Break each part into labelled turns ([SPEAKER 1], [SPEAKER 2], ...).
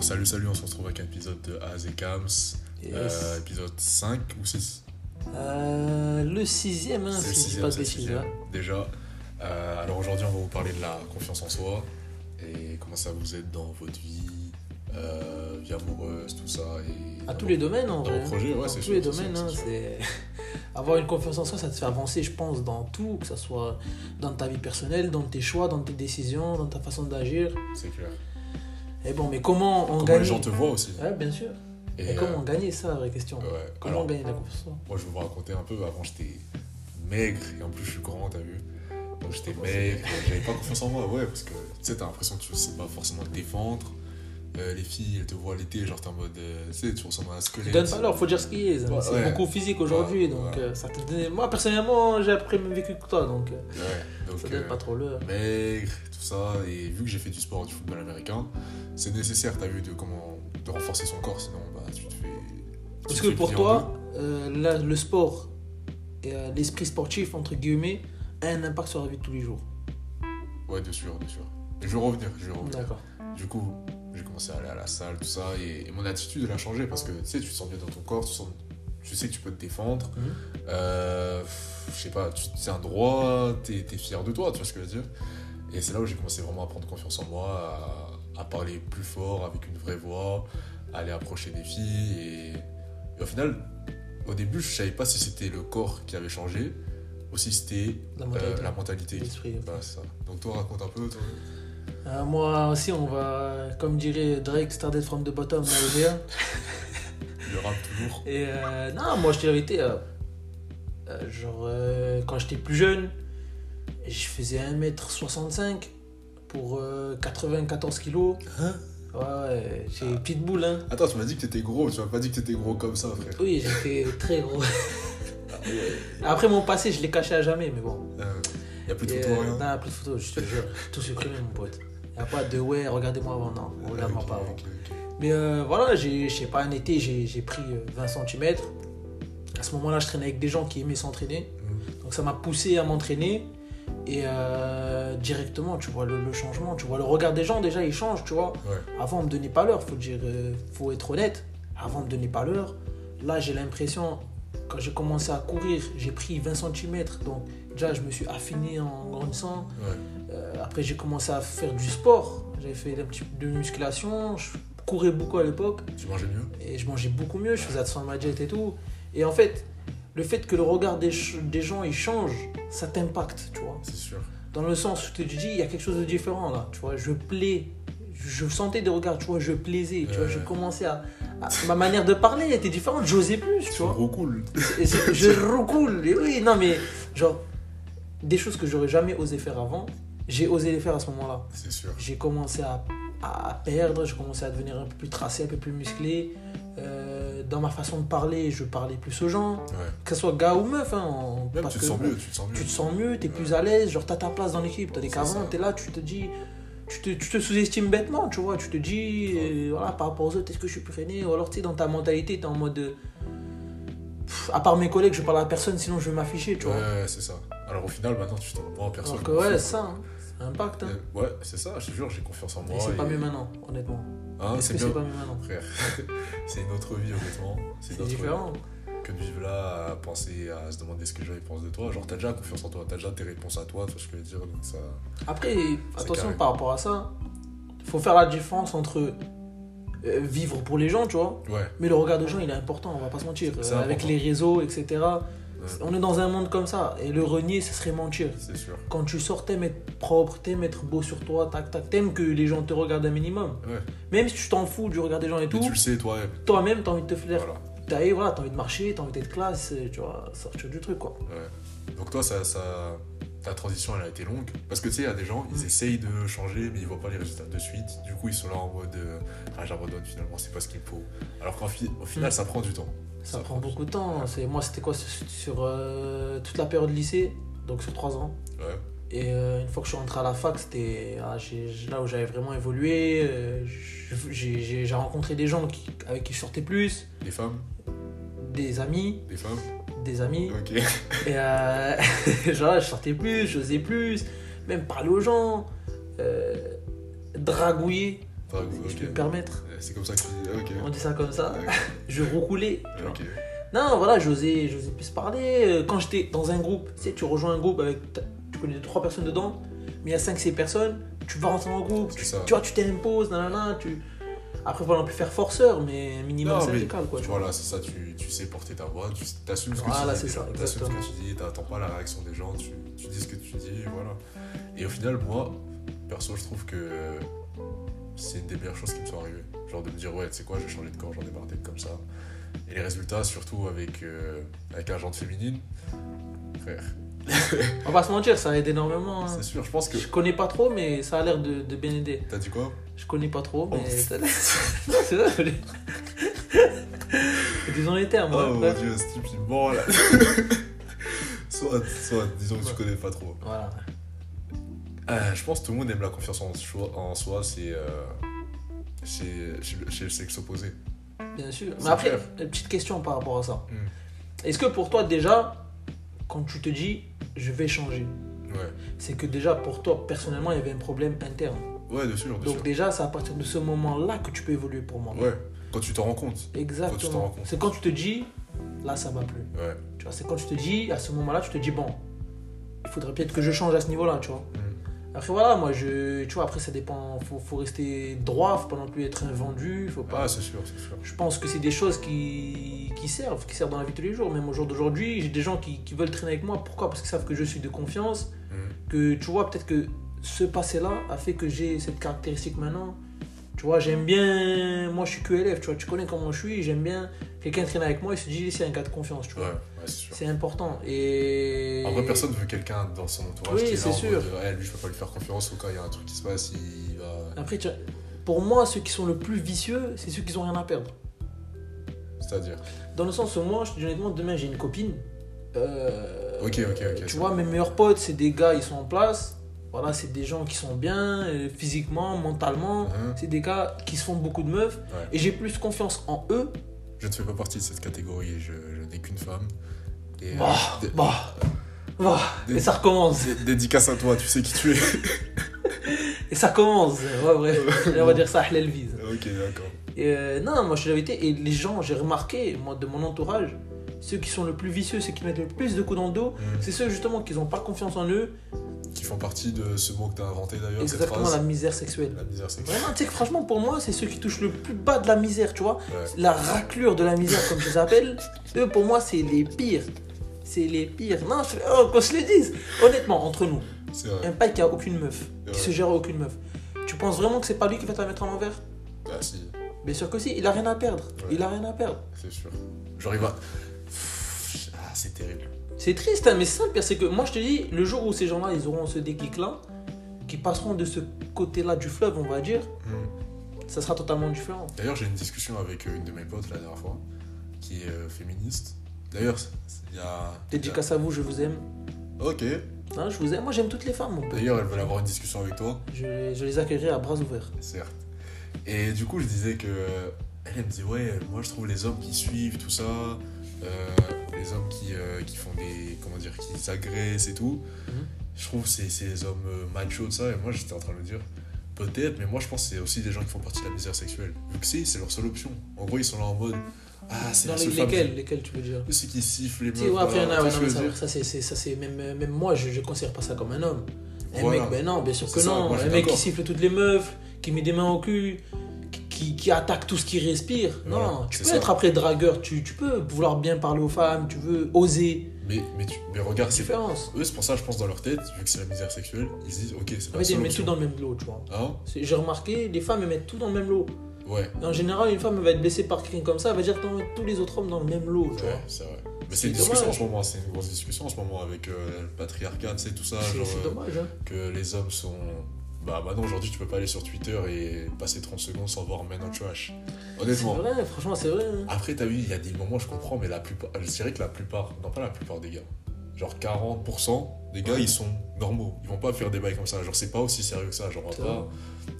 [SPEAKER 1] salut, salut, on se retrouve avec un épisode de Az et Kams. Euh,
[SPEAKER 2] Yes.
[SPEAKER 1] épisode 5 ou 6
[SPEAKER 2] Euh, le sixième, hein,
[SPEAKER 1] C'est le
[SPEAKER 2] si je dis
[SPEAKER 1] sixième,
[SPEAKER 2] pas de
[SPEAKER 1] c'est le
[SPEAKER 2] bêtises. hein.
[SPEAKER 1] sixième,
[SPEAKER 2] ouais.
[SPEAKER 1] Déjà. Euh, alors aujourd'hui, on va vous parler de la confiance en soi et comment ça vous aide dans votre vie, euh, vie amoureuse, tout ça. Et
[SPEAKER 2] À tous les domaines,
[SPEAKER 1] Dans
[SPEAKER 2] en vrai. hein.
[SPEAKER 1] vos projets, ouais,
[SPEAKER 2] Dans
[SPEAKER 1] c'est
[SPEAKER 2] tous
[SPEAKER 1] sûr,
[SPEAKER 2] les
[SPEAKER 1] c'est
[SPEAKER 2] domaines,
[SPEAKER 1] sûr,
[SPEAKER 2] hein,
[SPEAKER 1] c'est sûr.
[SPEAKER 2] c'est. Avoir une confiance en soi, ça te fait avancer, je pense, dans tout, que ce soit dans ta vie personnelle, dans tes choix, dans tes décisions, dans ta façon d'agir.
[SPEAKER 1] C'est clair.
[SPEAKER 2] Et bon, mais comment on
[SPEAKER 1] Comment
[SPEAKER 2] gagne
[SPEAKER 1] les gens te voient aussi.
[SPEAKER 2] Ouais, bien sûr.
[SPEAKER 1] Et,
[SPEAKER 2] Et, comment
[SPEAKER 1] euh,
[SPEAKER 2] gagner ça, la vraie question
[SPEAKER 1] ouais.
[SPEAKER 2] Comment
[SPEAKER 1] Alors,
[SPEAKER 2] gagner la confiance en soi
[SPEAKER 1] Moi, je vais vous raconter un peu. Avant, j'étais maigre et en plus, je suis grand, t'as vu. Donc, j'étais maigre, j'avais pas confiance en moi, ouais, parce que tu sais, t'as l'impression que tu sais pas forcément te défendre. Euh, les filles, elles te voient l'été, genre t'es en mode, euh, tu sais, tu ressembles à un
[SPEAKER 2] Je
[SPEAKER 1] squelette.
[SPEAKER 2] donne pas l'heure, faut dire ce qui est. hein.
[SPEAKER 1] Ouais,
[SPEAKER 2] c'est
[SPEAKER 1] ouais.
[SPEAKER 2] beaucoup physique aujourd'hui,
[SPEAKER 1] Ouais,
[SPEAKER 2] donc
[SPEAKER 1] ouais.
[SPEAKER 2] euh, ça te donne- Moi, personnellement, j'ai appris le même vécu que toi, donc euh,
[SPEAKER 1] Ouais, donc
[SPEAKER 2] ça donne
[SPEAKER 1] euh,
[SPEAKER 2] pas trop l'heure.
[SPEAKER 1] maigre, tout ça. Et vu que j'ai fait du sport, du football américain, c'est nécessaire, t'as vu, de, comment, de renforcer son corps, sinon, bah, tu te fais. tu
[SPEAKER 2] Parce
[SPEAKER 1] te
[SPEAKER 2] que
[SPEAKER 1] fais
[SPEAKER 2] pour
[SPEAKER 1] plier en deux.
[SPEAKER 2] toi, euh, là, le sport et euh, l'esprit sportif, entre guillemets, a un impact sur la vie de tous les jours.
[SPEAKER 1] Ouais, de sûr, de sûr. Je vais revenir, je vais revenir.
[SPEAKER 2] D'accord.
[SPEAKER 1] Du coup, j'ai commencé à aller à la salle, tout ça, et, et mon attitude, elle a changé parce que tu sais, tu te sens bien dans ton corps, tu, sens- tu sais que tu peux te défendre.
[SPEAKER 2] Mhm.
[SPEAKER 1] Euh, pff, je sais pas, tu te tiens droit, t'es es fier de toi, tu vois ce que je veux dire. Et c'est là où j'ai commencé vraiment à prendre confiance en moi, à, à parler plus fort, avec une vraie voix, à aller approcher des filles. Et, et au final, au début, je savais pas si c'était le corps qui avait changé ou si c'était
[SPEAKER 2] La
[SPEAKER 1] euh,
[SPEAKER 2] mentalité.
[SPEAKER 1] la mentalité.
[SPEAKER 2] l'esprit.
[SPEAKER 1] Bah, ça. Donc toi, raconte un peu. Toi.
[SPEAKER 2] Euh, moi aussi, on va, comme dirait Drake, started from the bottom, là, le gars.
[SPEAKER 1] Le rap toujours.
[SPEAKER 2] Et euh, non, moi, je te vérité, euh, euh, genre, euh, quand j'étais plus jeune, je faisais 1m65 pour euh, 94 kilos.
[SPEAKER 1] Hein
[SPEAKER 2] Ouais, ouais,
[SPEAKER 1] Ah.
[SPEAKER 2] j'ai une petite boule, hein.
[SPEAKER 1] Attends, tu m'as dit que t'étais gros, tu m'as pas dit que t'étais gros comme ça, frère. Ah,
[SPEAKER 2] Oui, j'étais très gros. Ah, Après, mon passé, je l'ai caché à jamais, mais bon.
[SPEAKER 1] Euh, y a plus de hein.
[SPEAKER 2] Et,
[SPEAKER 1] photo,
[SPEAKER 2] euh,
[SPEAKER 1] rien.
[SPEAKER 2] non, plus de photos, je te jure. Tout supprimé, mon pote. Y a pas de ouais, regardez-moi avant. Non,
[SPEAKER 1] Ok,
[SPEAKER 2] regarde-moi
[SPEAKER 1] Ah, ok,
[SPEAKER 2] pas avant.
[SPEAKER 1] ok, ok.
[SPEAKER 2] Mais euh, voilà, j'ai- je sais pas, un été, j'ai j'ai pris euh, 20 cm. À ce moment-là, je traînais avec des gens qui aimaient s'entraîner.
[SPEAKER 1] Mhm.
[SPEAKER 2] Donc ça m'a poussé à m'entraîner. Et euh, directement, tu vois le, le changement, tu vois le regard des gens, déjà, il change, tu vois.
[SPEAKER 1] Ouais.
[SPEAKER 2] Avant, on me donnait pas l'heure, faut, dire, euh, faut être honnête. Avant, on me donnait pas l'heure. Là, j'ai l'impression, quand j'ai commencé à courir, j'ai pris 20 cm. Donc déjà, je me suis affiné en grandissant.
[SPEAKER 1] Ouais.
[SPEAKER 2] Euh, après, j'ai commencé à faire du sport. J'avais fait un petit peu de musculation. Je courais beaucoup à l'époque
[SPEAKER 1] Tu mangeais mieux
[SPEAKER 2] et je mangeais beaucoup mieux. Je faisais attention à ma diète et tout. Et en fait, le fait que le regard des, ch- des gens il change, ça t'impacte, tu vois.
[SPEAKER 1] C'est sûr.
[SPEAKER 2] Dans le sens où tu te dis, il y a quelque chose de différent là, tu vois. Je plais. Je sentais des regards, tu vois, je plaisais, tu vois,
[SPEAKER 1] Ouais.
[SPEAKER 2] je commençais à, à- Ma manière de parler était différente, j'osais plus, tu
[SPEAKER 1] C'est
[SPEAKER 2] vois.
[SPEAKER 1] gros cool.
[SPEAKER 2] Et c'est- je recoule. Et oui, non, mais genre, des choses que j'aurais jamais osé faire avant, j'ai osé les faire à ce moment-là
[SPEAKER 1] C'est sûr.
[SPEAKER 2] j'ai commencé à, à perdre, j'ai commencé à devenir un peu plus tracé, un peu plus musclé. Euh, dans ma façon de parler, je parlais plus aux gens,
[SPEAKER 1] Ouais.
[SPEAKER 2] que ce soit gars ou meuf. hein, on-
[SPEAKER 1] Même
[SPEAKER 2] parce
[SPEAKER 1] tu te
[SPEAKER 2] que
[SPEAKER 1] sens mieux, tu te sens mieux.
[SPEAKER 2] Tu te sens mieux, t'es plus à l'aise, genre t'as ta place dans l'équipe. T'as des
[SPEAKER 1] C'est
[SPEAKER 2] qu'avant,
[SPEAKER 1] ça.
[SPEAKER 2] t'es là, tu te dis. Tu te, tu te sous-estimes bêtement, tu vois. Tu te dis, euh, voilà, par rapport aux autres, est-ce que je suis plus freiné Ou alors, tu sais, dans ta mentalité, t'es en mode. euh, pff, à part mes collègues, je parle à personne, sinon je vais m'afficher, tu vois.
[SPEAKER 1] Ouais, c'est ça. Alors au final, maintenant, tu te vois en personne.
[SPEAKER 2] alors que, ouais, ça, hein, ça impacte. hein.
[SPEAKER 1] Euh, Ouais, c'est ça, je te jure, j'ai confiance en moi.
[SPEAKER 2] et c'est pas
[SPEAKER 1] et-
[SPEAKER 2] mieux maintenant, honnêtement.
[SPEAKER 1] Hein,
[SPEAKER 2] Est-ce
[SPEAKER 1] c'est
[SPEAKER 2] que c'est
[SPEAKER 1] bien.
[SPEAKER 2] pas mieux maintenant
[SPEAKER 1] Frère, c'est une autre vie, honnêtement. une
[SPEAKER 2] C'est
[SPEAKER 1] autre vie.
[SPEAKER 2] différent.
[SPEAKER 1] que de vivre là à penser, à se demander ce que les gens ils pensent de toi. Genre, t'as déjà confiance en toi, t'as déjà tes réponses à toi, tu vois ce que je veux dire. Donc, ça.
[SPEAKER 2] Après, attention
[SPEAKER 1] carré.
[SPEAKER 2] par rapport à ça, faut faire la différence entre euh, vivre pour les gens, tu vois,
[SPEAKER 1] Ouais,
[SPEAKER 2] mais le regard des gens, il est important, on va pas se mentir.
[SPEAKER 1] C'est
[SPEAKER 2] Euh, avec
[SPEAKER 1] important.
[SPEAKER 2] les réseaux, etc. On est dans un monde comme ça, et le renier, ce serait mentir.
[SPEAKER 1] c'est sûr.
[SPEAKER 2] Quand tu sors, t'aimes être propre, t'aimes être beau sur toi, tac, tac, t'aimes que les gens te regardent un minimum.
[SPEAKER 1] Ouais.
[SPEAKER 2] Même si tu t'en fous du regard des gens et
[SPEAKER 1] Mais
[SPEAKER 2] tout,
[SPEAKER 1] tu le sais, toi,
[SPEAKER 2] toi-même, t'as envie de te faire.
[SPEAKER 1] voilà.
[SPEAKER 2] T'as voilà, t'as envie de marcher, t'as envie d'être classe, euh, tu vois, sortir du truc, quoi.
[SPEAKER 1] Donc toi, ça, ça- ta transition, elle a été longue. Parce que tu sais, il y a des gens,
[SPEAKER 2] Mm.
[SPEAKER 1] ils essayent de changer, mais ils voient pas les résultats de suite. Du coup, ils sont là en mode, euh, ah, j'abandonne finalement, c'est pas ce qu'il me faut. Alors qu'au fi- au final,
[SPEAKER 2] Mm.
[SPEAKER 1] ça prend du temps.
[SPEAKER 2] Ça prend beaucoup de temps. hein. C'est, moi, c'était quoi sur- Sur euh, toute la période lycée, donc sur 3 ans.
[SPEAKER 1] Ouais.
[SPEAKER 2] Et euh, une fois que je suis rentré à la fac, c'était ah, j'ai- j'ai- là où j'avais vraiment évolué. euh, je- j'ai- J'ai j'ai rencontré des gens qui- avec qui je sortais plus,
[SPEAKER 1] Des femmes,
[SPEAKER 2] des amis,
[SPEAKER 1] des femmes,
[SPEAKER 2] des amis.
[SPEAKER 1] ok.
[SPEAKER 2] Et euh, genre, je sortais plus, je faisais plus, même parler aux gens, euh, dragouiller.
[SPEAKER 1] Par Google,
[SPEAKER 2] Je peux me
[SPEAKER 1] ok.
[SPEAKER 2] permettre.
[SPEAKER 1] Euh, C'est comme ça que tu dis. ah, Ok.
[SPEAKER 2] On dit ça comme ça. Je roulais. tu vois.
[SPEAKER 1] Ok.
[SPEAKER 2] Non, voilà, j'osais, j'osais plus parler. Euh, Quand j'étais dans un groupe, tu sais, tu rejoins un groupe avec. ta- Tu connais deux, trois personnes dedans, mais il y a 5-6 personnes, tu vas rentrer dans le groupe,
[SPEAKER 1] C'est
[SPEAKER 2] tu,
[SPEAKER 1] ça.
[SPEAKER 2] tu vois, tu t'imposes, nanana, tu. Après, pas non plus faire forceur, mais minimum
[SPEAKER 1] Non, mais
[SPEAKER 2] syndical, quoi. tu vois.
[SPEAKER 1] Voilà, c'est ça, tu, tu sais porter ta voix, tu assumes ce que
[SPEAKER 2] Voilà,
[SPEAKER 1] tu dis.
[SPEAKER 2] c'est ça,
[SPEAKER 1] déjà. T'assumes ce que
[SPEAKER 2] exactement.
[SPEAKER 1] tu dis, t'attends pas la réaction des gens, tu, tu dis ce que tu dis, voilà. Et au final, moi, perso, je trouve que c'est une des meilleures choses qui me sont arrivées. Genre de me dire, ouais, tu sais quoi, j'ai changé de corps, j'en ai marre d'être comme ça. Et les résultats, surtout avec, euh, avec la gente féminine, frère,
[SPEAKER 2] On va pas se mentir, ça aide énormément. hein.
[SPEAKER 1] c'est sûr, je pense que.
[SPEAKER 2] Je connais pas trop, mais ça a l'air de, de bien aider.
[SPEAKER 1] T'as dit quoi
[SPEAKER 2] Je connais pas trop, mais.
[SPEAKER 1] Oh.
[SPEAKER 2] ça a l'air- Non, c'est ça, je voulais- Disons les termes. hein. ouais,
[SPEAKER 1] Oh mon
[SPEAKER 2] bref.
[SPEAKER 1] dieu, ce type, il ment là Soit, soit, disons que tu connais pas trop.
[SPEAKER 2] Voilà.
[SPEAKER 1] Euh, je pense que tout le monde aime la confiance en soi, en soi, c'est euh, chez, chez le- chez le sexe opposé.
[SPEAKER 2] Bien sûr.
[SPEAKER 1] C'est
[SPEAKER 2] Mais après,
[SPEAKER 1] clair.
[SPEAKER 2] une petite question par rapport à ça.
[SPEAKER 1] Hmm.
[SPEAKER 2] Est-ce que pour toi, déjà, quand tu te dis je vais changer,
[SPEAKER 1] Ouais,
[SPEAKER 2] c'est que déjà pour toi, personnellement, il y avait un problème interne.
[SPEAKER 1] ouais, de sûr, de
[SPEAKER 2] Donc,
[SPEAKER 1] sûr.
[SPEAKER 2] déjà, c'est à partir de ce moment-là que tu peux évoluer pour moi.
[SPEAKER 1] Ouais, quand tu t'en rends compte. Quand tu t'en rends
[SPEAKER 2] Exactement.
[SPEAKER 1] compte.
[SPEAKER 2] C'est quand tu te dis là, ça va plus.
[SPEAKER 1] Ouais,
[SPEAKER 2] Tu vois, c'est quand tu te dis à ce moment-là, tu te dis bon, il faudrait peut-être que je change à ce niveau-là, tu vois. Après, voilà, moi, je, tu vois, après, ça dépend. Faut, faut rester droit, faut pas non plus être invendu, faut pas.
[SPEAKER 1] ah, c'est sûr, c'est sûr.
[SPEAKER 2] Je pense que c'est des choses qui, qui servent, qui servent dans la vie de tous les jours. Même au jour d'aujourd'hui, j'ai des gens qui, qui veulent traîner avec moi. Pourquoi Parce qu'ils savent que je suis de confiance,
[SPEAKER 1] Mm.
[SPEAKER 2] que tu vois, peut-être que ce passé-là a fait que j'ai cette caractéristique maintenant. Tu vois, j'aime bien. Moi, je suis QLF, tu vois, tu connais comment je suis, j'aime bien. Quelqu'un traîne avec moi, il se dit, c'est un cas de confiance, tu
[SPEAKER 1] Ouais,
[SPEAKER 2] vois.
[SPEAKER 1] ouais, c'est sûr.
[SPEAKER 2] C'est important. Et.
[SPEAKER 1] En vrai, personne veut quelqu'un dans son entourage
[SPEAKER 2] Oui,
[SPEAKER 1] qui est
[SPEAKER 2] c'est
[SPEAKER 1] là en
[SPEAKER 2] sûr.
[SPEAKER 1] mode, eh, lui, je peux pas lui faire confiance, ou quand il y a un truc qui se passe, il va.
[SPEAKER 2] Après, tu vois, pour moi, ceux qui sont le plus vicieux, c'est ceux qui ont rien à perdre.
[SPEAKER 1] C'est-à-dire.
[SPEAKER 2] Dans le sens où moi, je te dis honnêtement, demain j'ai une copine. euh,
[SPEAKER 1] Ok, ok, ok,
[SPEAKER 2] euh,
[SPEAKER 1] c'est
[SPEAKER 2] Tu vois,
[SPEAKER 1] bon.
[SPEAKER 2] mes meilleurs potes, c'est des gars, ils sont en place. Voilà, c'est des gens qui sont bien euh, physiquement, mentalement.
[SPEAKER 1] Mhm.
[SPEAKER 2] C'est des gars qui se font beaucoup de meufs.
[SPEAKER 1] Ouais.
[SPEAKER 2] Et j'ai plus confiance en eux.
[SPEAKER 1] Je ne fais pas partie de cette catégorie, je, je n'ai qu'une femme. Et, euh,
[SPEAKER 2] Bah,
[SPEAKER 1] dé-
[SPEAKER 2] bah, bah,
[SPEAKER 1] des-
[SPEAKER 2] Et ça recommence.
[SPEAKER 1] dé- dédicace à toi, tu sais qui tu es.
[SPEAKER 2] Et ça commence. Ouais, bref. Et on va dire ça, Hlel vise.
[SPEAKER 1] ok, d'accord.
[SPEAKER 2] Et, euh, non, moi je suis la vérité. Et les gens, j'ai remarqué, moi de mon entourage, ceux qui sont le plus vicieux, ceux qui mettent le plus de coups dans le dos,
[SPEAKER 1] Mm.
[SPEAKER 2] c'est ceux justement qui n'ont pas confiance en eux.
[SPEAKER 1] Qui font partie de ce mot que t'as inventé d'ailleurs, cette
[SPEAKER 2] Exactement
[SPEAKER 1] phrase.
[SPEAKER 2] la misère sexuelle.
[SPEAKER 1] La, misère sexuelle.
[SPEAKER 2] Vraiment, tu sais que franchement, pour moi, c'est ceux qui touchent le plus bas de la misère, tu vois.
[SPEAKER 1] Ouais.
[SPEAKER 2] La raclure de la misère, comme je les appelle. Eux, pour moi, c'est les pires. C'est les pires. Non, je- oh, qu'on se le dise. Honnêtement, entre nous,
[SPEAKER 1] C'est vrai.
[SPEAKER 2] un paille qui a aucune meuf,
[SPEAKER 1] Ouais.
[SPEAKER 2] qui se gère à aucune meuf, tu penses vraiment que c'est pas lui qui va te la mettre à l'envers
[SPEAKER 1] Ah si,
[SPEAKER 2] Bien sûr que si, il a rien à perdre.
[SPEAKER 1] Ouais.
[SPEAKER 2] Il a rien à perdre.
[SPEAKER 1] c'est sûr. Genre il va... Pff, Ah, c'est terrible.
[SPEAKER 2] C'est triste, hein, mais c'est ça le pire. C'est que moi, je te dis, le jour où ces gens-là, ils auront ce déclic-là, qui passeront de ce côté-là du fleuve, on va dire, ça sera totalement différent.
[SPEAKER 1] D'ailleurs, j'ai une discussion avec euh, une de mes potes la dernière fois, qui est euh, féministe. D'ailleurs, c'est- c'est- il y a...
[SPEAKER 2] Dédicace à vous, je vous aime.
[SPEAKER 1] Ok.
[SPEAKER 2] Hein, je vous aime. Moi, j'aime toutes les femmes, mon pote.
[SPEAKER 1] D'ailleurs, elle veut avoir une discussion avec toi,
[SPEAKER 2] Je, je les accueillerai à bras ouverts.
[SPEAKER 1] certes. Et du coup, je disais que... Elle, elle me disait, ouais, moi je trouve les hommes qui suivent tout ça, euh, les hommes qui, euh, qui font des... comment dire, qui s'agressent et tout,
[SPEAKER 2] Mhm.
[SPEAKER 1] je trouve que c'est c'est les hommes euh, machos de ça, et moi j'étais en train de le dire. Peut-être, mais moi je pense que c'est aussi des gens qui font partie de la misère sexuelle. Vu que si, c'est leur seule option. En gros, ils sont là en mode Ah, c'est
[SPEAKER 2] Dans
[SPEAKER 1] la
[SPEAKER 2] les,
[SPEAKER 1] seule femme.
[SPEAKER 2] lesquels, lesquels tu veux dire
[SPEAKER 1] qui- C'est qui siffle les meufs.
[SPEAKER 2] Tu sais, ouais, après, il y en a,
[SPEAKER 1] voilà,
[SPEAKER 2] ouais,
[SPEAKER 1] tu
[SPEAKER 2] non,
[SPEAKER 1] vois
[SPEAKER 2] mais
[SPEAKER 1] ce que
[SPEAKER 2] ça,
[SPEAKER 1] je veux dire
[SPEAKER 2] ça, c'est, c'est- ça, c'est même, euh, même moi, je ne considère pas ça comme un homme. Un
[SPEAKER 1] Voilà.
[SPEAKER 2] mec, ben non, bien sûr que
[SPEAKER 1] C'est ça,
[SPEAKER 2] non.
[SPEAKER 1] moi, je suis
[SPEAKER 2] un mec qui
[SPEAKER 1] d'accord.
[SPEAKER 2] siffle toutes les meufs, qui met des mains au cul, qui, qui- qui attaque tout ce qui respire.
[SPEAKER 1] Voilà,
[SPEAKER 2] non, tu
[SPEAKER 1] c'est
[SPEAKER 2] peux
[SPEAKER 1] ça.
[SPEAKER 2] être après dragueur, tu, tu peux vouloir bien parler aux femmes, tu veux oser.
[SPEAKER 1] Mais, mais, tu- mais regarde, c'est
[SPEAKER 2] Différence.
[SPEAKER 1] Eux, c'est pour ça, je pense, dans leur tête, vu que c'est la misère sexuelle, ils se disent Ok, c'est
[SPEAKER 2] En
[SPEAKER 1] pas la
[SPEAKER 2] fait, ils
[SPEAKER 1] seule
[SPEAKER 2] mettent tout
[SPEAKER 1] option.
[SPEAKER 2] dans le même lot, Ah tu vois.
[SPEAKER 1] Hein
[SPEAKER 2] C'est- J'ai remarqué, les femmes, elles mettent tout dans le même lot.
[SPEAKER 1] Ouais,
[SPEAKER 2] Et en général, une femme elle va être blessée par quelqu'un comme ça, elle va dire T'en mets tous les autres hommes dans le même lot, tu vois.
[SPEAKER 1] ouais, c'est vrai. Mais
[SPEAKER 2] C'est
[SPEAKER 1] c'est une discussion en
[SPEAKER 2] dommage.
[SPEAKER 1] ce moment, c'est une grosse discussion en ce moment avec euh, le patriarcat, tu sais, tout ça.
[SPEAKER 2] C'est
[SPEAKER 1] genre,
[SPEAKER 2] c'est
[SPEAKER 1] euh,
[SPEAKER 2] dommage, hein.
[SPEAKER 1] que les hommes sont. Bah maintenant aujourd'hui tu peux pas aller sur Twitter et passer 30 secondes sans voir Men on Trash.
[SPEAKER 2] C'est
[SPEAKER 1] Honnêtement.
[SPEAKER 2] vrai, franchement, c'est vrai. hein.
[SPEAKER 1] Après t'as vu, il y a des moments je comprends, mais la plupart. Je dirais que la plupart, non pas la plupart des gars, genre 40% des gars ils sont normaux. Ils vont pas faire des bails comme ça. Genre c'est pas aussi sérieux que ça. Genre on
[SPEAKER 2] C'est
[SPEAKER 1] va
[SPEAKER 2] vrai.
[SPEAKER 1] pas,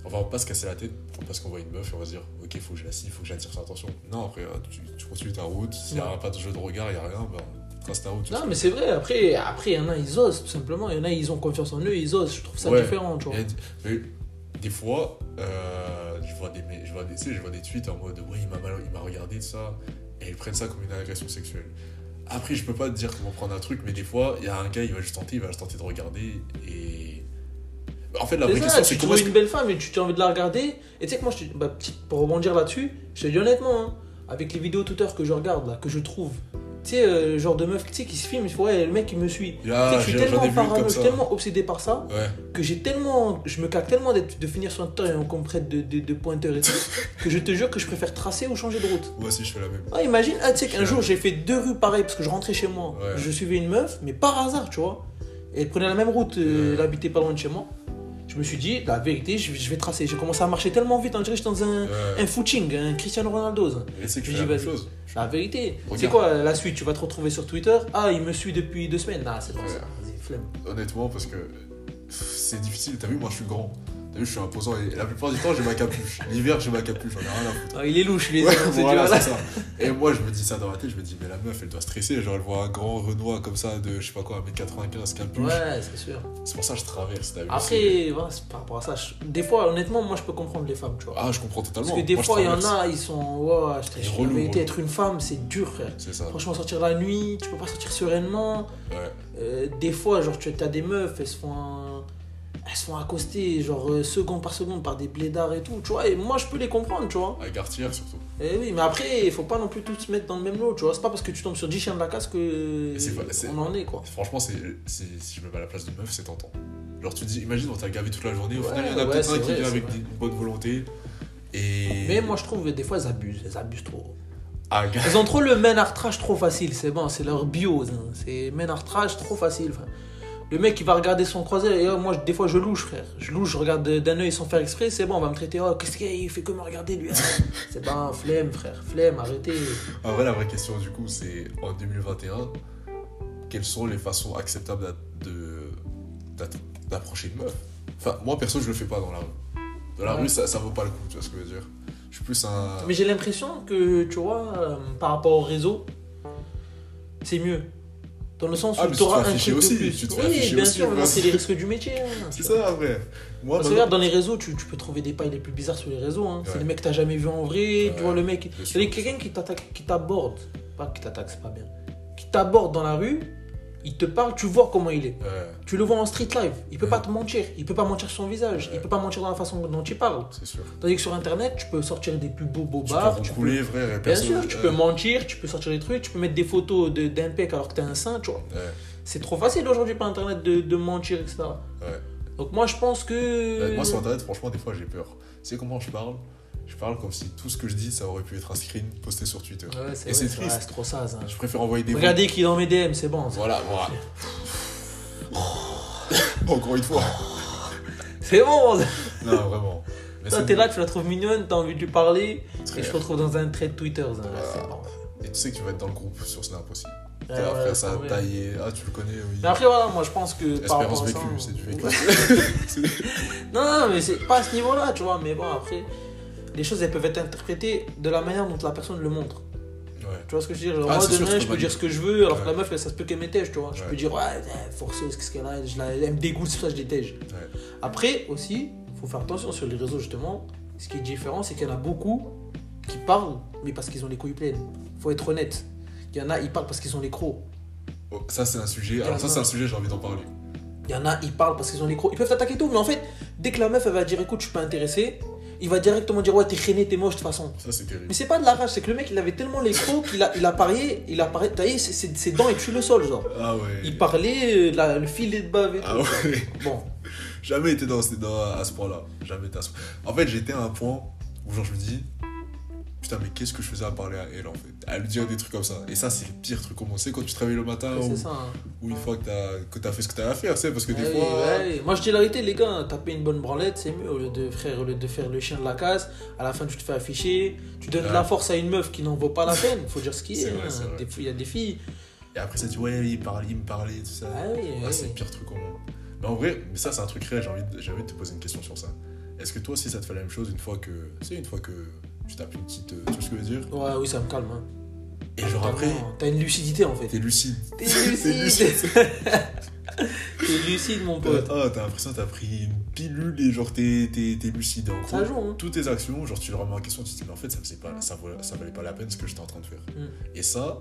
[SPEAKER 1] on va pas se casser la tête parce qu'on voit une meuf et on va se dire ok faut que je la il faut que j'attire son attention. Non après tu, tu continues ta route, s'il y a
[SPEAKER 2] Ouais.
[SPEAKER 1] pas de jeu de regard, il y a rien, bah trace ta route. tu vois
[SPEAKER 2] Non,
[SPEAKER 1] ce
[SPEAKER 2] mais c'est vrai, après, après, il y en a, ils osent, tout simplement. Il y en a, ils ont confiance en eux, ils osent. Je trouve ça
[SPEAKER 1] Ouais.
[SPEAKER 2] différent, tu vois.
[SPEAKER 1] Et- mais des fois, euh, je, vois des, je, vois des, tu sais, je vois des tweets en mode Oui, il m'a mal- il m'a regardé, tout ça. Et ils prennent ça comme une agression sexuelle. Après, je peux pas te dire comment prendre un truc, mais des fois, il y a un gars, il va juste tenter, il va juste tenter de regarder. Et. En fait, la vraie
[SPEAKER 2] C'est ça,
[SPEAKER 1] question,
[SPEAKER 2] tu
[SPEAKER 1] c'est comment
[SPEAKER 2] trouves
[SPEAKER 1] est-ce
[SPEAKER 2] une belle femme et tu as envie de la regarder. Et tu sais que moi, je te- bah, petite- pour rebondir là-dessus, je te dis honnêtement, hein, avec les vidéos Twitter que je regarde, là, que je trouve, tu sais, euh, le genre de meuf tu sais, qui se filme, je ouais, le mec il me suit.
[SPEAKER 1] que. Ah,
[SPEAKER 2] Tu sais
[SPEAKER 1] j'en-
[SPEAKER 2] que je suis
[SPEAKER 1] j'en ai
[SPEAKER 2] tellement
[SPEAKER 1] vu une
[SPEAKER 2] parano,
[SPEAKER 1] comme
[SPEAKER 2] je suis
[SPEAKER 1] ça.
[SPEAKER 2] tellement obsédé par ça,
[SPEAKER 1] Ouais.
[SPEAKER 2] que j'ai tellement. Je me caque tellement d'être- de finir sur un Twitter et qu'on me prête de, de, de pointeur et tout, que je te jure que je préfère tracer ou changer de route.
[SPEAKER 1] Moi aussi, je fais la même.
[SPEAKER 2] Ah, imagine, ah, tu sais qu'un jour j'ai fait deux rues pareilles parce que je rentrais chez moi.
[SPEAKER 1] Ouais.
[SPEAKER 2] Je suivais une meuf, mais par hasard, tu vois. Et elle prenait la même route, euh,
[SPEAKER 1] Ouais.
[SPEAKER 2] elle habitait pas loin de chez moi. Je me suis dit, la vérité, je, vais- je vais tracer. J'ai commencé à marcher tellement vite, on dirait que j'étais dans un,
[SPEAKER 1] Ouais.
[SPEAKER 2] un footing, un Cristiano Ronaldo. ça.
[SPEAKER 1] Et c'est que
[SPEAKER 2] Je
[SPEAKER 1] je
[SPEAKER 2] dis,
[SPEAKER 1] fais la même
[SPEAKER 2] vas-y.
[SPEAKER 1] chose.
[SPEAKER 2] La vérité.
[SPEAKER 1] Regarde.
[SPEAKER 2] C'est quoi la suite Tu vas te retrouver sur Twitter. Ah, il me suit depuis deux semaines. Ah, c'est bon,
[SPEAKER 1] Ouais.
[SPEAKER 2] ça. Vas-y, flemme.
[SPEAKER 1] Honnêtement, parce que c'est difficile. T'as vu, moi, je suis grand. T'as vu, je suis imposant. Et la plupart du temps, j'ai ma capuche. L'hiver, j'ai ma capuche. J'en ai rien à foutre.
[SPEAKER 2] Ah, il est louche, les
[SPEAKER 1] Ouais,
[SPEAKER 2] autres, on s'est dit,
[SPEAKER 1] voilà,
[SPEAKER 2] voilà.
[SPEAKER 1] c'est ça. Et moi, je me dis ça dans la tête, je me dis, mais la meuf, elle doit stresser. Genre, elle voit un grand Renoir comme ça de, je sais pas quoi, 1m95, capuche.
[SPEAKER 2] Ouais, c'est sûr.
[SPEAKER 1] C'est pour ça que je traverse, t'as vu, c'est-
[SPEAKER 2] Après, voilà, c'est par rapport à ça, je- des fois, honnêtement, moi je peux comprendre les femmes, tu vois.
[SPEAKER 1] Ah, je comprends totalement.
[SPEAKER 2] Parce que des
[SPEAKER 1] Moi, je
[SPEAKER 2] fois, il y en
[SPEAKER 1] traverse.
[SPEAKER 2] a, ils sont. Ouah, je te
[SPEAKER 1] Ils
[SPEAKER 2] jure,
[SPEAKER 1] relous, hein. Ah.
[SPEAKER 2] la vérité,
[SPEAKER 1] relous.
[SPEAKER 2] être une femme, c'est dur, frère.
[SPEAKER 1] C'est ça.
[SPEAKER 2] Franchement, sortir la nuit, tu peux pas sortir sereinement.
[SPEAKER 1] Ouais.
[SPEAKER 2] Euh, des fois, genre, tu as des meufs, elles se font. un- Elles se font accoster, genre, euh, seconde par seconde, par des blédards et tout, tu vois. Et moi, je peux les comprendre, tu vois.
[SPEAKER 1] À Gartière, surtout.
[SPEAKER 2] Et oui, mais après, il faut pas non plus tous se mettre dans le même lot, tu vois. C'est pas parce que tu tombes sur 10 chiens de la casse que.
[SPEAKER 1] Et c'est pas- c'est-
[SPEAKER 2] On en est, quoi.
[SPEAKER 1] Franchement, c'est, c'est- si je me mets à la place d'une meuf, c'est tentant. Genre, tu te dis, imagine, on t'a gavé toute la journée. Au
[SPEAKER 2] Ouais,
[SPEAKER 1] final, il y en a
[SPEAKER 2] ouais,
[SPEAKER 1] peut-être
[SPEAKER 2] c'est
[SPEAKER 1] un qui
[SPEAKER 2] vrai,
[SPEAKER 1] vient
[SPEAKER 2] c'est
[SPEAKER 1] avec
[SPEAKER 2] vrai.
[SPEAKER 1] des- une bonne volonté. Et.
[SPEAKER 2] Mais moi, je trouve que des fois, elles abusent, elles abusent trop.
[SPEAKER 1] Ah, gars.
[SPEAKER 2] Elles ont trop le main artrage trop facile, c'est bon, c'est leur bio. ça. C'est main artrage trop facile. frère. Le mec, il va regarder son croisé. Et euh, moi, je- des fois, je louche, frère. Je louche, je regarde de- d'un œil sans faire exprès. C'est bon, on va me traiter. Oh, qu'est-ce qu'il y a Il fait que me regarder, lui. hein. c'est pas un flemme, frère. Flemme, arrêtez.
[SPEAKER 1] En vrai, la vraie question, du coup, c'est en 2021, quelles sont les façons acceptables d'a- de- d'att- d'approcher une meuf Enfin, moi, perso, je le fais pas dans la rue. Dans la
[SPEAKER 2] Ouais.
[SPEAKER 1] rue, ça, ça vaut pas le coup, tu vois ce que je veux dire Je suis plus un.
[SPEAKER 2] Mais j'ai l'impression que, tu vois, euh, par rapport au réseau, c'est mieux. Dans le sens où
[SPEAKER 1] Ah, mais tu te
[SPEAKER 2] t'auras
[SPEAKER 1] fais
[SPEAKER 2] un
[SPEAKER 1] afficher
[SPEAKER 2] truc
[SPEAKER 1] aussi,
[SPEAKER 2] de plus.
[SPEAKER 1] tu te fais
[SPEAKER 2] oui,
[SPEAKER 1] afficher
[SPEAKER 2] bien
[SPEAKER 1] aussi,
[SPEAKER 2] sûr,
[SPEAKER 1] voilà.
[SPEAKER 2] mais c'est les risques du métier. hein, tu
[SPEAKER 1] C'est
[SPEAKER 2] vois.
[SPEAKER 1] ça, après. Moi,
[SPEAKER 2] Parce que
[SPEAKER 1] maintenant-
[SPEAKER 2] regarde, dans les réseaux, tu, tu peux trouver des pailles les plus bizarres sur les réseaux. hein.
[SPEAKER 1] Ouais.
[SPEAKER 2] C'est des mecs que t'as jamais vu en vrai, tu vois le mec.
[SPEAKER 1] bien sûr.
[SPEAKER 2] C'est quelqu'un qui t'attaque, qui t'aborde. Pas qui t'attaque, c'est pas bien. Qui t'aborde dans la rue, il te parle, tu vois comment il est.
[SPEAKER 1] Ouais,
[SPEAKER 2] Tu le vois en street live, il peut
[SPEAKER 1] Ouais.
[SPEAKER 2] pas te mentir, il peut pas mentir sur son visage,
[SPEAKER 1] Ouais.
[SPEAKER 2] il peut pas mentir dans la façon dont il parle.
[SPEAKER 1] c'est sûr.
[SPEAKER 2] Tandis que sur internet, tu peux sortir des plus beaux
[SPEAKER 1] Tu
[SPEAKER 2] bobards,
[SPEAKER 1] peux
[SPEAKER 2] Bah, tu peux.
[SPEAKER 1] rouler, euh. frère, et
[SPEAKER 2] Bien
[SPEAKER 1] perso,
[SPEAKER 2] sûr,
[SPEAKER 1] ouais.
[SPEAKER 2] tu peux mentir, tu peux sortir des trucs, tu peux mettre des photos de- d'impec alors que t'es un saint, tu vois.
[SPEAKER 1] Ouais,
[SPEAKER 2] C'est trop facile aujourd'hui par internet de, de mentir, etc.
[SPEAKER 1] ouais. Bah,
[SPEAKER 2] Donc moi je pense que.
[SPEAKER 1] Moi, sur Internet, franchement, des fois, j'ai peur. Tu sais comment je parle Je parle comme si tout ce que je dis, ça aurait pu être un screen posté sur Twitter.
[SPEAKER 2] Ouais, c'est
[SPEAKER 1] Et c'est
[SPEAKER 2] vrai, c'est vrai,
[SPEAKER 1] triste.
[SPEAKER 2] c'est trop ça. ça.
[SPEAKER 1] Je préfère envoyer des
[SPEAKER 2] Regardez qui est dans mes DM, c'est bon. ça.
[SPEAKER 1] Voilà, voilà. Oh. Encore une fois.
[SPEAKER 2] C'est bon. ça.
[SPEAKER 1] Non, vraiment. Mais
[SPEAKER 2] Toi,
[SPEAKER 1] c'est-
[SPEAKER 2] t'es là, tu la trouves mignonne, t'as envie de lui parler,
[SPEAKER 1] Très
[SPEAKER 2] et je te
[SPEAKER 1] bien.
[SPEAKER 2] retrouve dans un trait de Twitter. ça, c'est bon.
[SPEAKER 1] Et tu sais que tu vas être dans le groupe sur Snap aussi.
[SPEAKER 2] Ouais,
[SPEAKER 1] T'as
[SPEAKER 2] ouais,
[SPEAKER 1] après
[SPEAKER 2] c'est
[SPEAKER 1] ça
[SPEAKER 2] vrai.
[SPEAKER 1] taillé. Ah, tu le connais, oui.
[SPEAKER 2] Mais après, voilà, moi je pense que. par rapport
[SPEAKER 1] Espérance
[SPEAKER 2] à ça,
[SPEAKER 1] vécue,
[SPEAKER 2] on-
[SPEAKER 1] c'est du vécu.
[SPEAKER 2] Ouais. Non, non, mais c'est pas à ce niveau-là, tu vois. Mais bon, après, les choses elles peuvent être interprétées de la manière dont la personne le montre.
[SPEAKER 1] ouais.
[SPEAKER 2] Tu vois ce que je veux dire Genre,
[SPEAKER 1] Ah,
[SPEAKER 2] Moi,
[SPEAKER 1] c'est sûr,
[SPEAKER 2] demain,
[SPEAKER 1] c'est
[SPEAKER 2] je peux
[SPEAKER 1] pas
[SPEAKER 2] dire ce que je veux, alors que
[SPEAKER 1] Ouais.
[SPEAKER 2] la meuf, elle, ça se peut qu'elle m'étège, tu vois. Je
[SPEAKER 1] Ouais.
[SPEAKER 2] peux dire, ouais, eh, forceuse, qu'est-ce qu'elle a je la- Elle me dégoûte, c'est pour ça que je détège.
[SPEAKER 1] Ouais.
[SPEAKER 2] Après, aussi, faut faire attention sur les réseaux, justement. Ce qui est différent, c'est qu'il y en a beaucoup qui parlent, mais parce qu'ils ont les couilles pleines. Faut être honnête. Il y en a, ils parlent parce qu'ils ont les crocs.
[SPEAKER 1] Oh, ça, c'est un sujet. Alors, ça, c'est un sujet, j'ai envie d'en parler.
[SPEAKER 2] Il y en a, ils parlent parce qu'ils ont les crocs. Ils peuvent t'attaquer et tout, mais en fait, dès que la meuf, elle va dire, écoute, je suis pas intéressé, il va directement dire, ouais, t'es rené, t'es moche, de toute façon.
[SPEAKER 1] Ça, c'est terrible.
[SPEAKER 2] Mais c'est pas de la rage, c'est que le mec il avait tellement les crocs qu'il a, il a parié, il a parié, t'as vu, ses, ses- ses dents et tuent le sol, genre.
[SPEAKER 1] Ah ouais.
[SPEAKER 2] Il parlait, euh, la- le filet de bave et tout.
[SPEAKER 1] Ah ouais.
[SPEAKER 2] Bon,
[SPEAKER 1] Jamais été dans, dans- à ce point-là. Jamais été à ce En fait, j'étais à un point où, genre, je me dis. Putain, mais qu'est-ce que je faisais à parler à elle en fait À lui dire des trucs comme ça. Et ça, c'est le pire truc qu'on sait quand tu te réveilles le matin
[SPEAKER 2] c'est
[SPEAKER 1] ou,
[SPEAKER 2] ça. hein.
[SPEAKER 1] ou une fois que t'as que t'as fait ce que t'as à faire, tu sais, parce que
[SPEAKER 2] Eh
[SPEAKER 1] des
[SPEAKER 2] oui,
[SPEAKER 1] fois.
[SPEAKER 2] ouais, oui. Moi je dis la vérité, les gars, hein, taper une bonne branlette, c'est mieux au lieu de, frère, au lieu de faire le chien de la casse. À la fin, tu te fais afficher, tu donnes de la
[SPEAKER 1] Ouais.
[SPEAKER 2] force à une meuf qui n'en vaut pas la peine. Faut dire ce qu'il y
[SPEAKER 1] C'est
[SPEAKER 2] a.
[SPEAKER 1] vrai, c'est vrai.
[SPEAKER 2] Il y a des filles.
[SPEAKER 1] Et après, ça dit, ouais, il parlait, il me parlait, tout ça.
[SPEAKER 2] Ah oui,
[SPEAKER 1] Ah,
[SPEAKER 2] oui,
[SPEAKER 1] c'est
[SPEAKER 2] oui.
[SPEAKER 1] le pire truc au monde. Mais en vrai, mais ça, c'est un truc réel. J'ai envie, de, j'ai envie de te poser une question sur ça. Est-ce que toi aussi, ça te fait la même chose une fois que. Tu sais, une fois que tu tapes une petite. euh, Tu vois ce que je veux dire
[SPEAKER 2] Ouais, oui, ça me calme. hein.
[SPEAKER 1] Et genre après,
[SPEAKER 2] T'as une lucidité en fait.
[SPEAKER 1] t'es lucide.
[SPEAKER 2] T'es lucide.
[SPEAKER 1] lucide.
[SPEAKER 2] T'es lucide, mon
[SPEAKER 1] T'as-
[SPEAKER 2] pote.
[SPEAKER 1] ah, t'as l'impression que t'as pris une pilule et genre t'es, t'es, t'es lucide. En
[SPEAKER 2] Ça
[SPEAKER 1] gros,
[SPEAKER 2] joue, hein.
[SPEAKER 1] toutes tes actions, genre tu le remets en question, tu te dis mais en fait ça, faisait pas, ça, valait, ça valait pas la peine ce que j'étais en train de faire.
[SPEAKER 2] Mm.
[SPEAKER 1] Et ça,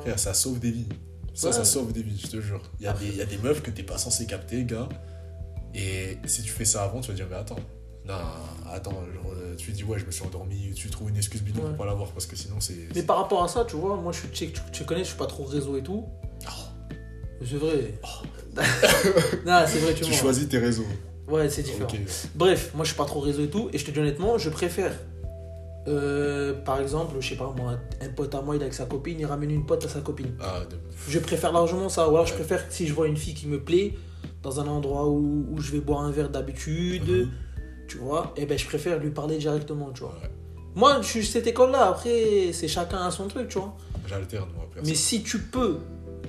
[SPEAKER 1] frère, ça sauve des vies. Ça,
[SPEAKER 2] Ouais.
[SPEAKER 1] ça sauve des vies, je te jure. Il y, a des- y a des meufs que t'es pas censé capter, gars. Et si tu fais ça avant, tu vas dire mais attends. Non, attends, genre, euh, tu dis ouais, je me suis endormi, tu trouves une excuse bidon
[SPEAKER 2] Ouais.
[SPEAKER 1] pour pas l'avoir parce que sinon c'est.
[SPEAKER 2] Mais par rapport à ça, tu vois, moi, je suis, tu, tu connais, je suis pas trop réseau et tout.
[SPEAKER 1] Oh,
[SPEAKER 2] C'est vrai.
[SPEAKER 1] Oh.
[SPEAKER 2] non, c'est vrai, tu,
[SPEAKER 1] tu
[SPEAKER 2] vois.
[SPEAKER 1] choisis tes réseaux.
[SPEAKER 2] Ouais, c'est différent.
[SPEAKER 1] Ok.
[SPEAKER 2] Bref, moi je suis pas trop réseau et tout, et je te dis honnêtement, je préfère. euh, par exemple, je sais pas moi, un pote à moi il est avec sa copine, il ramène une pote à sa copine.
[SPEAKER 1] Ah, de-
[SPEAKER 2] Je préfère largement ça, ou alors je
[SPEAKER 1] Ouais.
[SPEAKER 2] préfère que si je vois une fille qui me plaît, dans un endroit où, où je vais boire un verre d'habitude,
[SPEAKER 1] Mhm.
[SPEAKER 2] tu vois, et ben je préfère lui parler directement, tu vois.
[SPEAKER 1] Ouais.
[SPEAKER 2] Moi je suis de cette école là, après c'est chacun à son truc, tu vois.
[SPEAKER 1] J'alterne moi, perso.
[SPEAKER 2] Mais si tu peux,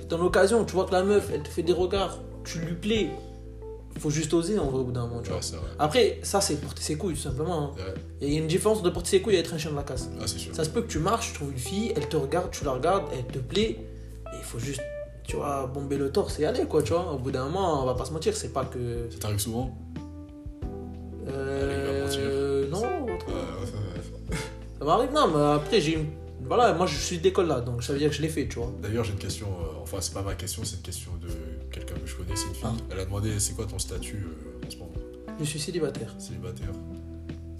[SPEAKER 2] dans l'occasion, tu vois que la meuf elle te fait des regards, tu lui plais, faut juste oser en vrai au bout d'un moment, tu vois.
[SPEAKER 1] Ouais, c'est vrai.
[SPEAKER 2] Après, ça, c'est porter ses couilles, tout simplement. hein.
[SPEAKER 1] Ouais.
[SPEAKER 2] Il y a une différence de porter ses couilles et être un chien de la casse.
[SPEAKER 1] Ah, c'est sûr.
[SPEAKER 2] Ça se peut que tu marches, tu trouves une fille, elle te regarde, tu la regardes, elle te plaît, et il faut juste, tu vois, bomber le torse et aller, quoi, tu vois. Au bout d'un moment, on va pas se mentir, c'est pas que.
[SPEAKER 1] Ça t'arrive souvent
[SPEAKER 2] Euh. Non, autre-
[SPEAKER 1] Euh,
[SPEAKER 2] ça m'arrive, non, mais après, j'ai une. Voilà, moi, je suis d'école là, donc ça veut dire que je l'ai fait, tu vois.
[SPEAKER 1] D'ailleurs, j'ai une question. euh, enfin, c'est pas ma question, c'est une question de quelqu'un que je connais. C'est une fille.
[SPEAKER 2] Ah.
[SPEAKER 1] Elle a demandé c'est quoi ton statut euh, en ce moment
[SPEAKER 2] Je suis célibataire.
[SPEAKER 1] Célibataire.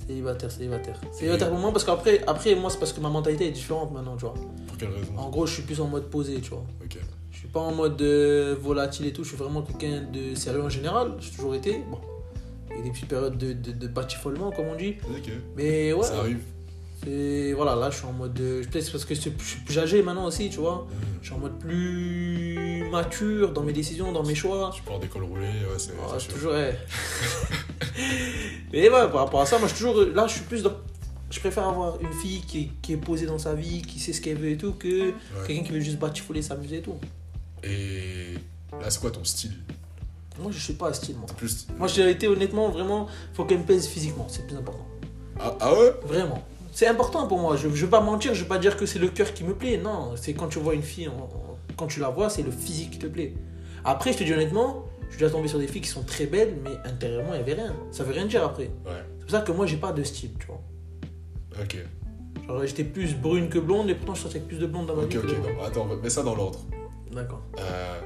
[SPEAKER 2] Célibataire, célibataire. Célibataire pour moi, parce qu'après, après, moi, c'est parce que ma mentalité est différente maintenant, tu vois.
[SPEAKER 1] Pour quelle raison
[SPEAKER 2] En gros, je suis plus en mode posé, tu vois.
[SPEAKER 1] Ok.
[SPEAKER 2] Je suis pas en mode euh, volatile et tout, je suis vraiment quelqu'un de sérieux en général, j'ai toujours été. Bon, il y a des petites périodes de, de, de batifolement, comme on dit.
[SPEAKER 1] Ok.
[SPEAKER 2] Mais ouais,
[SPEAKER 1] Ça arrive.
[SPEAKER 2] c'est- voilà, là je suis en mode. euh, Peut-être c'est parce que je suis- je suis plus âgé maintenant aussi, tu vois.
[SPEAKER 1] Mmh.
[SPEAKER 2] Je suis en mode plus mature dans mes décisions, dans mes choix.
[SPEAKER 1] Tu pars d'école roulée, ouais, c'est
[SPEAKER 2] Ah,
[SPEAKER 1] c'est sûr.
[SPEAKER 2] toujours, ouais. Mais ouais, par rapport à ça, moi je suis toujours. Là, je suis plus dans. Je préfère avoir une fille qui est, qui est posée dans sa vie, qui sait ce qu'elle veut et tout, que
[SPEAKER 1] Ouais.
[SPEAKER 2] quelqu'un qui veut juste batifoler, s'amuser et tout.
[SPEAKER 1] Et là, c'est quoi ton style
[SPEAKER 2] Moi, je suis pas à style, moi.
[SPEAKER 1] En plus.
[SPEAKER 2] Moi, j'ai été honnêtement, vraiment, faut qu'elle me pèse physiquement, c'est le plus important.
[SPEAKER 1] Ah, ah ouais
[SPEAKER 2] Vraiment. C'est important pour moi, je, je vais pas mentir, je vais pas dire que c'est le cœur qui me plaît, non. C'est quand tu vois une fille, en- en- quand tu la vois, c'est le physique qui te plaît. Après, je te dis honnêtement, je dois tomber sur des filles qui sont très belles, mais intérieurement, elles veulent rien. Ça veut rien dire après.
[SPEAKER 1] Ouais.
[SPEAKER 2] C'est pour ça que moi, j'ai pas de style, tu vois.
[SPEAKER 1] Ok.
[SPEAKER 2] Genre, j'étais plus brune que blonde, et pourtant, je sortais avec plus de blondes dans ma
[SPEAKER 1] Ok,
[SPEAKER 2] vie. que
[SPEAKER 1] ok.
[SPEAKER 2] de blondes.
[SPEAKER 1] non, Attends, on va- mets ça dans l'ordre.
[SPEAKER 2] D'accord.
[SPEAKER 1] Euh,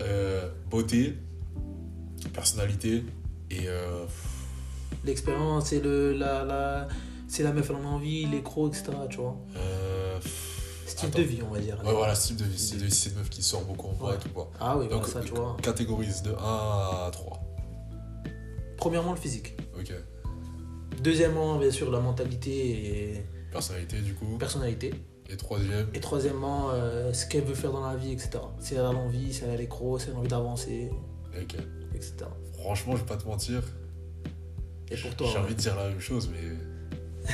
[SPEAKER 1] euh, beauté, personnalité et euh,
[SPEAKER 2] L'expérience, c'est le, la, la, c'est la meuf, elle en a envie, les crocs, etc., tu vois.
[SPEAKER 1] euh,
[SPEAKER 2] Style
[SPEAKER 1] Attends.
[SPEAKER 2] de vie, on va dire.
[SPEAKER 1] Ouais, voilà, ce type de vie, c'est de vie, c'est une meuf qui sort beaucoup en bois et tout quoi.
[SPEAKER 2] Ah oui, voilà,
[SPEAKER 1] Donc,
[SPEAKER 2] ça, tu vois.
[SPEAKER 1] catégorise de 1 à 3.
[SPEAKER 2] Premièrement, le physique.
[SPEAKER 1] Ok.
[SPEAKER 2] Deuxièmement, bien sûr, la mentalité et
[SPEAKER 1] Personnalité, du coup.
[SPEAKER 2] personnalité.
[SPEAKER 1] Et troisième,
[SPEAKER 2] Et troisièmement, euh, ce qu'elle veut faire dans la vie, etc. Si elle a l'envie, si elle a les crocs, si elle a envie d'avancer,
[SPEAKER 1] ok.
[SPEAKER 2] etc.
[SPEAKER 1] Franchement, je vais pas te mentir.
[SPEAKER 2] Et pour
[SPEAKER 1] j-
[SPEAKER 2] toi,
[SPEAKER 1] J'ai
[SPEAKER 2] ouais.
[SPEAKER 1] envie de dire la même chose, mais.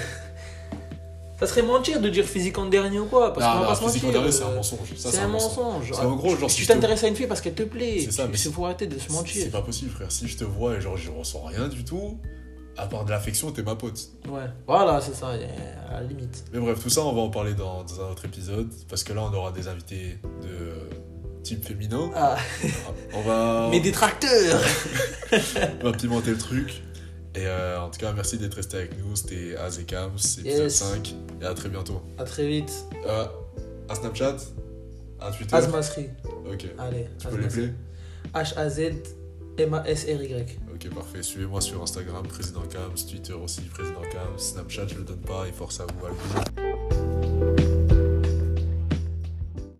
[SPEAKER 2] Ça serait mentir de dire physique en dernier ou quoi Parce qu'on
[SPEAKER 1] non,
[SPEAKER 2] va
[SPEAKER 1] non,
[SPEAKER 2] pas se mentir.
[SPEAKER 1] Bah, physique en dernier, c'est un
[SPEAKER 2] euh,
[SPEAKER 1] mensonge. Ça,
[SPEAKER 2] c'est un mensonge.
[SPEAKER 1] C'est en gros, genre,
[SPEAKER 2] tu
[SPEAKER 1] si je te-
[SPEAKER 2] t'intéresses à une fille parce qu'elle te plaît.
[SPEAKER 1] C'est ça,
[SPEAKER 2] Tu-
[SPEAKER 1] mais
[SPEAKER 2] c'est- faut arrêter de se
[SPEAKER 1] C'est
[SPEAKER 2] mentir.
[SPEAKER 1] c'est pas possible, frère. Si je te vois et genre, je ressens rien du tout, à part de l'affection, t'es ma pote.
[SPEAKER 2] Ouais, voilà, c'est ça, euh, à la limite.
[SPEAKER 1] Mais bref, tout ça, on va en parler dans, dans un autre épisode. Parce que là, on aura des invités de euh, type féminin.
[SPEAKER 2] Ah,
[SPEAKER 1] On va,
[SPEAKER 2] mes détracteurs
[SPEAKER 1] on va pimenter le truc. Et euh, en tout cas, merci d'être resté avec nous. C'était Az et Cams, épisode
[SPEAKER 2] Yes.
[SPEAKER 1] 5. Et à très bientôt.
[SPEAKER 2] À très vite.
[SPEAKER 1] Euh, un Snapchat Un Twitter
[SPEAKER 2] Asmasri.
[SPEAKER 1] Ok.
[SPEAKER 2] Allez,
[SPEAKER 1] Tu peux les
[SPEAKER 2] Asmasri.
[SPEAKER 1] plaît
[SPEAKER 2] H-A-Z-M-A-S-R-Y.
[SPEAKER 1] Ok, parfait. Suivez-moi sur Instagram, Président Cams, Twitter aussi, Président Cams, Snapchat, je le donne pas, et force à vous, à le donner.